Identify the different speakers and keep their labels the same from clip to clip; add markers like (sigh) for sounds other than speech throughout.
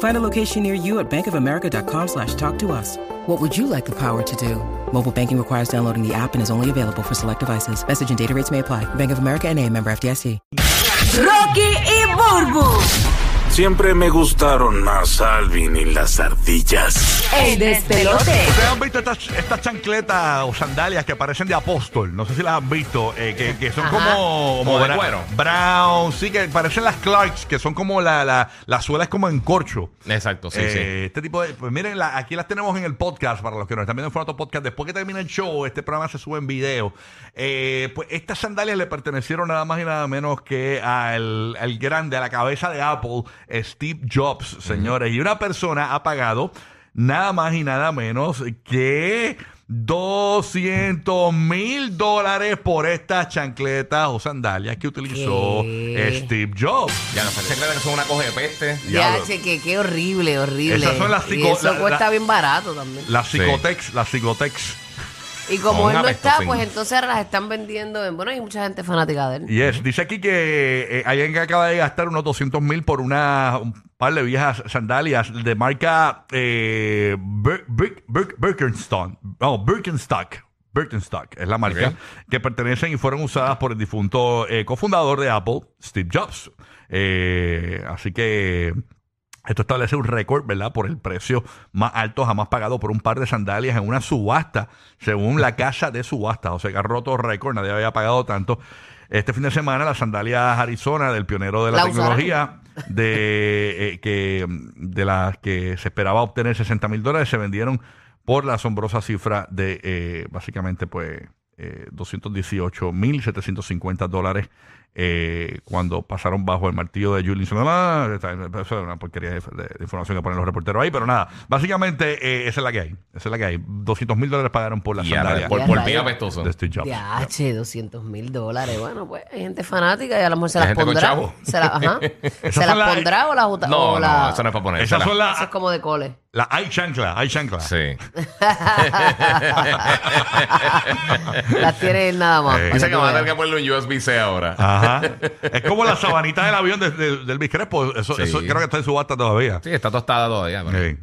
Speaker 1: Find a location near you at bankofamerica.com slash talk to us. What would you like the power to do? Mobile banking requires downloading the app and is only available for select devices. Message and data rates may apply. Bank of America and a member FDIC.
Speaker 2: Rocky y Burbu,
Speaker 3: Siempre me gustaron más Alvin y las ardillas.
Speaker 2: el despelote.
Speaker 4: Ustedes han visto estas, estas chancletas o sandalias que parecen de apóstol. No sé si las han visto. eh, que, que son como, como
Speaker 5: Como de
Speaker 4: bra-
Speaker 5: cuero.
Speaker 4: brown. Sí, que parecen las Clarks, que son como la, la, la suela es como en corcho.
Speaker 5: Exacto, sí,
Speaker 4: Eh,
Speaker 5: sí.
Speaker 4: Este tipo de. Pues miren, la- aquí las tenemos en el podcast para los que nos están viendo en formato podcast. Después que termina el show, este programa se sube en video. Eh, pues estas sandalias le pertenecieron nada más y nada menos que al, al grande, a la cabeza de Apple, Steve Jobs, señores. Y una persona ha pagado nada más y nada menos que. 200 mil dólares por estas chancletas o sandalias que utilizó Steve Jobs.
Speaker 5: Ya no sé, claro que son una coge de peste.
Speaker 4: Diablo.
Speaker 6: Ya, che, que qué horrible, horrible.
Speaker 4: Esas son las
Speaker 6: y
Speaker 4: psico-
Speaker 6: eso
Speaker 4: la- la-
Speaker 6: cuesta bien barato también.
Speaker 4: La psicotex, la psicotex.
Speaker 6: Y como
Speaker 5: Son
Speaker 6: él no está,
Speaker 5: apestosín.
Speaker 6: pues entonces ahora las están vendiendo en... Bueno, hay mucha gente fanática de él.
Speaker 4: Yes, dice aquí que eh, alguien que acaba de gastar unos 200 mil por una, un par de viejas sandalias de marca eh, Bir- Bir- Bir- Birkenstock. No, Birkenstock. Birkenstock es la marca
Speaker 5: Ok.
Speaker 4: que pertenecen y fueron usadas por el difunto eh, cofundador de Apple, Steve Jobs. Eh, así que esto establece un récord, ¿verdad? Por el precio más alto jamás pagado por un par de sandalias en una subasta, según la casa de subasta. O sea, que ha roto récord, nadie había pagado tanto. Este fin de semana, las sandalias Arizona del pionero de la,
Speaker 6: La usaron.
Speaker 4: tecnología, de, eh, que, de las que se esperaba obtener 60 mil dólares, se vendieron por la asombrosa cifra de, eh, básicamente, pues, eh, 218.750 dólares eh, cuando pasaron bajo el martillo de Julian. No, no, no, está- eso es una porquería de, de información que ponen los reporteros ahí, pero nada, básicamente eh, esa es la que hay. Esa es la que hay. 200 mil dólares pagaron por la
Speaker 5: Ya,
Speaker 4: sandalia
Speaker 5: por,
Speaker 6: Ya,
Speaker 5: por
Speaker 6: ya.
Speaker 5: pie apestoso.
Speaker 4: de Steve Jobs.
Speaker 6: Ya, che, 200 mil dólares. Bueno, pues hay gente fanática y a lo mejor se
Speaker 5: Hay
Speaker 6: las
Speaker 5: gente con
Speaker 6: pondrá.
Speaker 5: chavo.
Speaker 6: Se, la-
Speaker 5: (laughs)
Speaker 6: ajá. ¿Se
Speaker 4: son
Speaker 6: las
Speaker 4: las-
Speaker 6: pondrá o las... uta-
Speaker 5: No,
Speaker 6: o
Speaker 5: no,
Speaker 6: la-
Speaker 5: eso no es para poner.
Speaker 4: Esas son
Speaker 6: Eso
Speaker 4: las...
Speaker 6: es como de cole.
Speaker 5: (laughs)
Speaker 4: La hay chancla, hay chancla.
Speaker 6: (laughs)
Speaker 5: Sí.
Speaker 6: Las tiene él nada más.
Speaker 4: Eh,
Speaker 6: para
Speaker 5: Dice que Ah.
Speaker 6: tú
Speaker 5: van a
Speaker 6: veas.
Speaker 5: tener que ponerle un USB-C ahora.
Speaker 4: Ajá. Es como la sabanita del avión de- de- del Biscrepo. Eso,
Speaker 5: Sí.
Speaker 4: eso creo que está en subasta todavía.
Speaker 5: Sí, está tostada todavía. pero-
Speaker 4: Sí.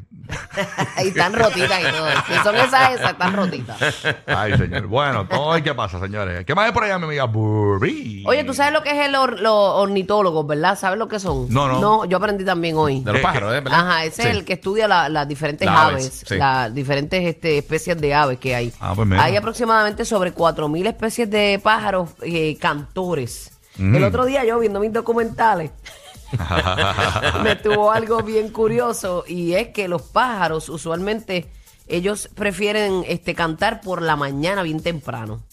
Speaker 6: Y están rotitas y todo. Si son esas, esas están rotitas.
Speaker 4: Ay, señor. Bueno, todo, ¿qué pasa, señores? ¿Qué más hay por allá, mi amiga? Burbi.
Speaker 6: Oye, tú
Speaker 4: (laughs)
Speaker 6: sabes lo que es el or- los ornitólogos, ¿verdad? ¿Sabes lo que son?
Speaker 4: No, no.
Speaker 6: No, yo aprendí también hoy.
Speaker 5: De los
Speaker 4: Eh,
Speaker 5: pájaros, ¿eh? ¿verdad?
Speaker 6: Ajá, ese
Speaker 4: Sí.
Speaker 6: es el que estudia la- las diferentes
Speaker 5: Las aves,
Speaker 6: aves,
Speaker 5: sí.
Speaker 6: las diferentes este, especies de aves que hay.
Speaker 4: Ah, pues mira.
Speaker 6: Hay aproximadamente sobre 4.000 especies de pájaros eh, cantores.
Speaker 4: Mm.
Speaker 6: El otro día yo viendo mis
Speaker 4: (laughs)
Speaker 6: documentales me tuvo algo bien curioso y es que los pájaros usualmente ellos prefieren este cantar por la mañana bien temprano.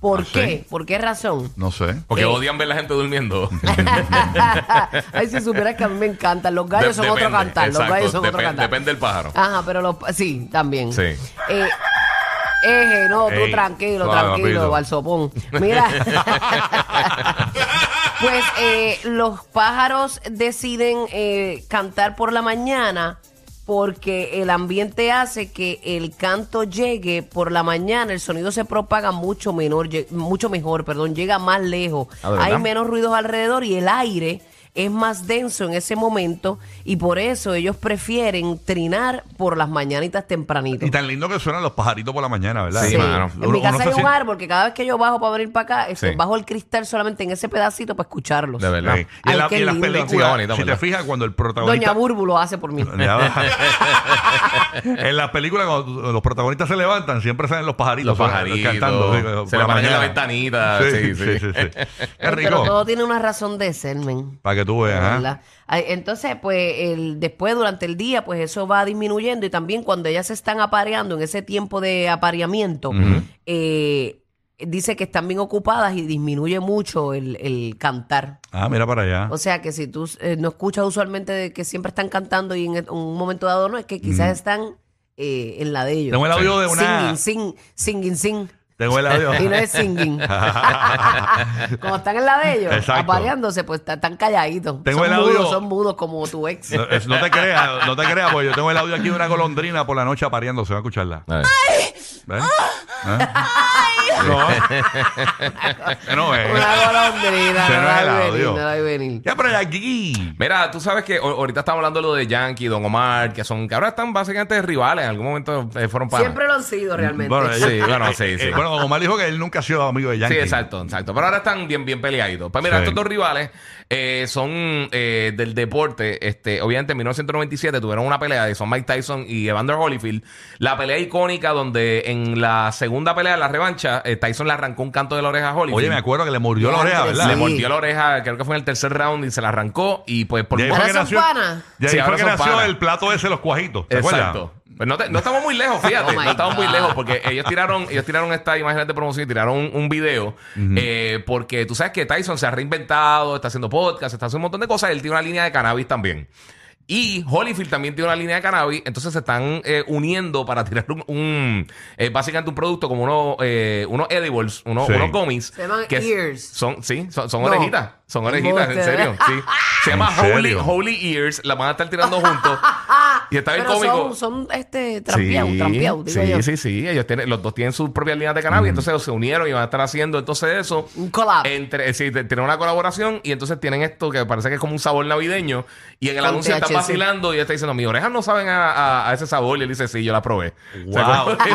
Speaker 6: ¿Por
Speaker 4: Ah, ¿sí?
Speaker 6: qué? ¿Por qué razón?
Speaker 4: No sé.
Speaker 5: Porque
Speaker 6: Eh.
Speaker 5: odian ver la gente durmiendo.
Speaker 6: (laughs) Ay, si supieras que a mí me encantan. Los gallos
Speaker 5: De-
Speaker 6: son
Speaker 5: depende,
Speaker 6: otro cantar. Los
Speaker 5: exacto,
Speaker 6: gallos son otro
Speaker 5: depen-
Speaker 6: cantar.
Speaker 5: Depende del pájaro.
Speaker 6: Ajá, pero los. Sí, también.
Speaker 5: Sí.
Speaker 6: Eh, eje, no, tú
Speaker 4: Ey,
Speaker 6: tranquilo,
Speaker 4: suave, papito.
Speaker 6: tranquilo, balsopón. Mira.
Speaker 5: (laughs)
Speaker 6: (laughs) pues eh, los pájaros deciden eh, cantar por la mañana porque el ambiente hace que el canto llegue por la mañana, el sonido se propaga mucho menor, lle- mucho mejor, perdón, llega más lejos,
Speaker 5: Ah, ¿de verdad?
Speaker 6: hay menos ruidos alrededor y el aire es más denso en ese momento y por eso ellos prefieren trinar por las mañanitas tempranito.
Speaker 4: Y tan lindo que suenan los pajaritos por la mañana, ¿verdad?
Speaker 5: Sí,
Speaker 6: Sí.
Speaker 5: mano.
Speaker 6: En mi casa hay
Speaker 4: se
Speaker 6: un
Speaker 4: siente-
Speaker 6: árbol que cada vez que yo bajo para venir para acá, este,
Speaker 5: Sí.
Speaker 6: bajo el cristal solamente en ese pedacito para escucharlos.
Speaker 5: De verdad.
Speaker 4: Sí. Y
Speaker 6: Ay,
Speaker 4: en, la-
Speaker 6: qué
Speaker 4: y en las
Speaker 6: lindo.
Speaker 5: Sí,
Speaker 4: películas,
Speaker 5: está bonito,
Speaker 4: si te
Speaker 5: ¿verdad?
Speaker 4: fijas, cuando el
Speaker 6: Doña
Speaker 4: protagonista...
Speaker 6: Burbu lo hace por mí. Eh,
Speaker 4: Ya va. (laughs) en las películas, cuando los protagonistas se levantan, siempre salen los pajaritos,
Speaker 5: Los
Speaker 4: suenan-
Speaker 5: pajaritos.
Speaker 4: cantando. sí, por
Speaker 5: Se le aparecen en
Speaker 4: mañana.
Speaker 5: la ventanita, sí, sí.
Speaker 4: sí. Qué
Speaker 6: Ay, Pero
Speaker 4: rico.
Speaker 6: todo tiene una razón de ser, men.
Speaker 4: Para que tú
Speaker 6: De
Speaker 4: veas. ¿ah?
Speaker 6: verdad. Ay, Entonces, pues, el, después durante el día, pues eso va disminuyendo y también cuando ellas se están apareando en ese tiempo de apareamiento, eh, dice que están bien ocupadas y disminuye mucho el, el cantar.
Speaker 4: Ah, mira para allá.
Speaker 6: O sea que si tú eh, no escuchas usualmente de que siempre están cantando y en et- un momento dado no, es que quizás están eh, en la de ellos.
Speaker 4: Tengo el audio de una.
Speaker 6: Singing, sing, singing, sing.
Speaker 4: Tengo el audio.
Speaker 6: (laughs) Y no es
Speaker 4: (laughs)
Speaker 6: singing. como están en la de ellos,
Speaker 4: Exacto.
Speaker 6: apareándose, pues ta- están calladitos.
Speaker 4: Tengo
Speaker 6: son
Speaker 4: el audio.
Speaker 6: mudos, son mudos como tu ex.
Speaker 4: No, es- no te creas, no te creas, porque yo tengo el audio aquí de una golondrina por la noche apareando, se va a escucharla.
Speaker 5: A ver.
Speaker 4: ¿Ves? ¿Ah?
Speaker 6: (laughs)
Speaker 4: No. no es. (laughs)
Speaker 6: Una golondrina,
Speaker 4: Se
Speaker 6: no
Speaker 4: no
Speaker 6: la
Speaker 4: es el
Speaker 6: hay venir,
Speaker 4: audio.
Speaker 6: no la hay venir.
Speaker 4: Ya, pero aquí.
Speaker 5: Mira, tú sabes que o- ahorita estamos hablando de lo de Yankee, Don Omar, que son que ahora están básicamente rivales. En algún momento eh, fueron para.
Speaker 6: Siempre lo han sido realmente.
Speaker 5: Sí,
Speaker 4: eh,
Speaker 5: bueno,
Speaker 4: eh,
Speaker 5: sí,
Speaker 4: eh,
Speaker 5: sí.
Speaker 4: bueno, Don Omar dijo que él nunca ha sido amigo de Yankee.
Speaker 5: Sí, exacto, exacto. Pero ahora están bien, bien peleaditos. Pues mira,
Speaker 4: Sí.
Speaker 5: estos dos rivales eh, son eh, del deporte. Este, obviamente, en 1997 tuvieron una pelea y son Mike Tyson y Evander Holyfield. La pelea icónica donde en la segunda pelea, la revancha, eh, Tyson le arrancó un canto de la oreja a Holyfield.
Speaker 4: Oye, me acuerdo que le mordió la oreja, ¿verdad?
Speaker 5: Le
Speaker 6: Sí.
Speaker 5: mordió la oreja, creo que fue en el tercer round y se la arrancó. Y pues por
Speaker 4: Y ahí
Speaker 6: Ahora
Speaker 4: fue que
Speaker 6: son
Speaker 4: nació,
Speaker 6: panas.
Speaker 4: y ahí
Speaker 5: Sí,
Speaker 4: fue
Speaker 5: ahora
Speaker 4: que
Speaker 5: son
Speaker 4: nació
Speaker 5: panas.
Speaker 4: el plato ese de los cuajitos. ¿Te acuerdas?
Speaker 5: Exacto. Pues no, te- no estamos muy lejos, fíjate.
Speaker 6: Oh my
Speaker 5: no estamos muy
Speaker 6: God.
Speaker 5: lejos porque ellos tiraron, ellos tiraron esta imagen de promoción y tiraron un, un video. eh, porque tú sabes que Tyson se ha reinventado, está haciendo podcast, está haciendo un montón de cosas. Él tiene una línea de cannabis también. Y Holyfield también tiene una línea de cannabis, entonces se están eh, uniendo para tirar un, un, eh, básicamente un producto como unos eh, unos edibles, unos,
Speaker 4: Sí.
Speaker 5: unos gummies.
Speaker 6: Se llaman
Speaker 5: que
Speaker 6: ears.
Speaker 5: Son, sí, son, son
Speaker 6: No.
Speaker 5: orejitas, son orejitas, en
Speaker 6: Embuste.
Speaker 5: serio. sí. Se llama
Speaker 4: ¿En
Speaker 5: Holy,
Speaker 4: serio?
Speaker 5: Holy Ears, la van a estar
Speaker 6: (laughs)
Speaker 5: tirando juntos. Y está bien
Speaker 6: Ah, Pero
Speaker 5: cómico.
Speaker 6: son, son este, trampeados, trampeados, digo
Speaker 5: sí,
Speaker 6: yo.
Speaker 5: sí, sí. Ellos tienen, los dos tienen sus propias líneas de cannabis, entonces se unieron y van a estar haciendo entonces eso.
Speaker 6: Un collab.
Speaker 5: Entre, eh, sí, te- tienen una colaboración y entonces tienen esto que parece que es como un sabor navideño. Y en el
Speaker 6: Con
Speaker 5: anuncio están
Speaker 6: THC.
Speaker 5: vacilando y ella está diciendo, mis orejas no saben a, a- a ese sabor. Y él dice, sí, yo la probé. O sea,
Speaker 4: Wow.
Speaker 5: como- (laughs)
Speaker 4: y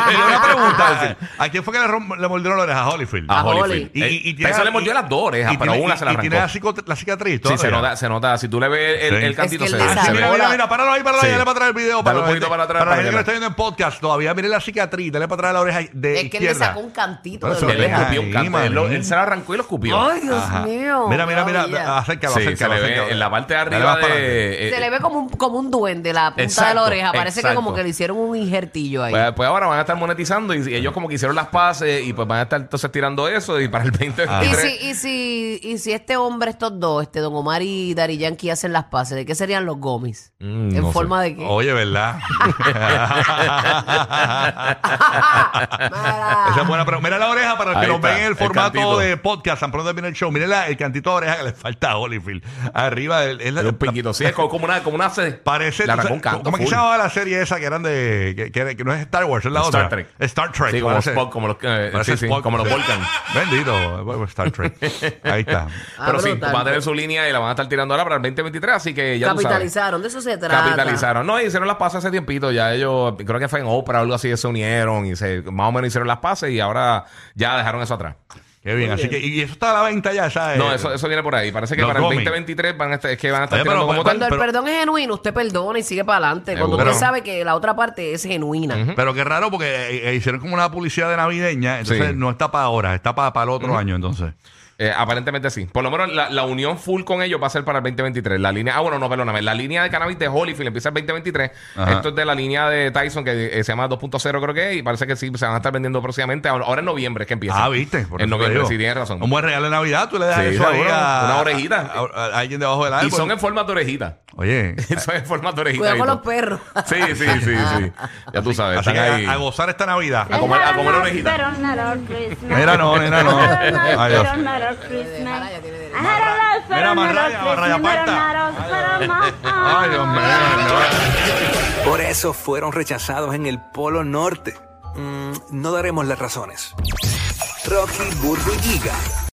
Speaker 6: (laughs)
Speaker 4: una pregunta: ¿a quién fue que le, rom- le mordieron la oreja? A Holyfield.
Speaker 6: A Holyfield.
Speaker 4: Y, y, y tiene-
Speaker 5: Tyson le mordió
Speaker 4: y-
Speaker 5: las dos orejas,
Speaker 4: y
Speaker 5: pero
Speaker 4: tiene-
Speaker 5: una
Speaker 4: y-
Speaker 5: se la
Speaker 4: y tiene la,
Speaker 5: arrancó.
Speaker 4: psico- la cicatriz.
Speaker 5: Sí, se
Speaker 4: todavía.
Speaker 5: nota, se nota. Si tú le ves el,
Speaker 4: Sí.
Speaker 5: el cantito,
Speaker 6: Es que
Speaker 5: se
Speaker 6: él
Speaker 5: ve.
Speaker 6: le
Speaker 4: Ah, sí,
Speaker 5: se ve.
Speaker 4: mira, mira, mira, páralo ahí, páralo ahí,
Speaker 5: Sí.
Speaker 4: dale para atrás el video.
Speaker 5: Dale un poquito para atrás,
Speaker 4: Para
Speaker 5: para
Speaker 4: la gente que
Speaker 5: que
Speaker 4: lo
Speaker 5: la-
Speaker 4: está viendo en podcast todavía, miren la cicatriz, dale para atrás la oreja de
Speaker 6: Es que él le
Speaker 4: izquierda.
Speaker 6: sacó un cantito
Speaker 4: Por
Speaker 6: de
Speaker 4: eso,
Speaker 6: la
Speaker 5: Él le
Speaker 6: oreja.
Speaker 5: escupió un canto. Él, lo- él se la arrancó y lo escupió.
Speaker 6: Ay, Dios
Speaker 4: Ajá.
Speaker 6: mío.
Speaker 4: Mira, mira, Ah, mira,
Speaker 6: maravilla.
Speaker 4: acércalo,
Speaker 5: Sí, se
Speaker 4: acércalo,
Speaker 5: le ve
Speaker 4: acércalo.
Speaker 5: en la parte de
Speaker 4: Dale
Speaker 5: arriba
Speaker 4: más para adelante.
Speaker 5: de... eh,
Speaker 6: Se le ve como un, como un duende la punta de
Speaker 5: Exacto,
Speaker 6: la oreja. Parece que como
Speaker 5: exacto.
Speaker 6: que le hicieron un injertillo ahí.
Speaker 5: Pues, pues ahora van a estar monetizando y, y ellos como que hicieron las pases y pues van a estar entonces tirando eso y para el 20
Speaker 6: Ah. y, si, y, si, y si este hombre, estos dos, este Don Omar y Dari Yankee hacen las paces, ¿de qué serían los gomis?
Speaker 5: Mm,
Speaker 6: ¿En
Speaker 5: no sé.
Speaker 6: forma de (laughs) qué?
Speaker 4: Oye, ¿verdad?
Speaker 6: Mala.
Speaker 4: Esa es buena pregunta. Mira la oreja para los que
Speaker 5: Ahí
Speaker 4: nos ven
Speaker 5: está,
Speaker 4: en el
Speaker 5: el
Speaker 4: formato
Speaker 5: cantito.
Speaker 4: de podcast. Tan pronto viene el show. Miren la- el cantito de oreja que le falta a Holyfield. Arriba del- es la-
Speaker 5: un piquito, sí, es como, como una, como una sed.
Speaker 4: Parece,
Speaker 5: la
Speaker 4: tú sabes,
Speaker 5: arrancó un canto.
Speaker 4: como que se
Speaker 5: full.
Speaker 4: llamaba la serie esa que eran de. que, que- que no es Star Wars, es la
Speaker 5: Star
Speaker 4: otra.
Speaker 5: Trek.
Speaker 4: Star Trek.
Speaker 5: Sí, como
Speaker 4: parece.
Speaker 5: Spock, como los, eh,
Speaker 4: Parece
Speaker 5: sí, sí,
Speaker 4: Spock.
Speaker 5: como los
Speaker 4: (laughs)
Speaker 5: Volcan.
Speaker 4: Bendito, bueno, Star Trek. Ahí está.
Speaker 6: Ah,
Speaker 5: Pero sí,
Speaker 6: brutal.
Speaker 5: van a tener su línea y la van a estar tirando ahora para el 2023, así que ya tú sabes.
Speaker 6: Capitalizaron, de eso se trata.
Speaker 5: Capitalizaron. No, hicieron las pases hace tiempito. Ya ellos, creo que fue en Oprah o algo así, se unieron y se, más o menos hicieron las pases y ahora ya dejaron eso atrás.
Speaker 4: Qué bien. Así que, y eso está a la venta ya, eh, ¿sabes?
Speaker 5: No, eso, eso viene por ahí. Parece que
Speaker 4: Los
Speaker 5: para el
Speaker 4: gomis.
Speaker 5: 2023 van a estar, es que van a estar
Speaker 4: Oye, pero pues,
Speaker 5: tirando como
Speaker 4: pa-
Speaker 5: tal.
Speaker 6: Cuando el
Speaker 4: Pero-
Speaker 6: perdón es genuino, usted perdona y sigue para adelante. Cuando
Speaker 5: Seguro.
Speaker 6: usted sabe que la otra parte es genuina.
Speaker 4: Pero qué raro porque eh, eh, hicieron como una publicidad de navideña, entonces
Speaker 5: Sí.
Speaker 4: no está para ahora, está para, el otro año entonces.
Speaker 5: Eh, aparentemente sí. Por lo menos la, la unión full con ellos va a ser para el 2023. La línea, ah, bueno, no, perdóname. La línea de cannabis de Holyfield empieza el 2023.
Speaker 4: Ajá.
Speaker 5: Esto es de la línea de Tyson que eh, se llama 2.0, creo que, es, y parece que sí se van a estar vendiendo próximamente. Ahora, ahora en noviembre es que empieza.
Speaker 4: Ah, viste. Por
Speaker 5: En
Speaker 4: eso te
Speaker 5: noviembre,
Speaker 4: digo.
Speaker 5: sí, tienes razón.
Speaker 4: Un buen regalo de Navidad, tú le das
Speaker 5: Sí,
Speaker 4: eso ahí
Speaker 5: seguro.
Speaker 4: a.
Speaker 5: Una orejita.
Speaker 4: a- a- a alguien debajo del árbol.
Speaker 5: Y son en forma de orejita. (laughs)
Speaker 4: Oye.
Speaker 5: son en forma de orejita.
Speaker 6: Cuidado con
Speaker 5: Vito.
Speaker 6: los perros.
Speaker 5: Sí, sí, sí, sí. Ya tú sabes.
Speaker 4: Así que
Speaker 5: están ahí.
Speaker 4: a, a gozar esta Navidad.
Speaker 5: A comer- a comer orejita.
Speaker 4: Mira, no, nena, no. Ay, Dios. Mira, Marraya, Marraya, Ay, Dios mío.
Speaker 7: Por eso fueron rechazados en el Polo Norte. Mm, no daremos las razones. Rocky, Burbu y Giga.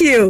Speaker 8: you.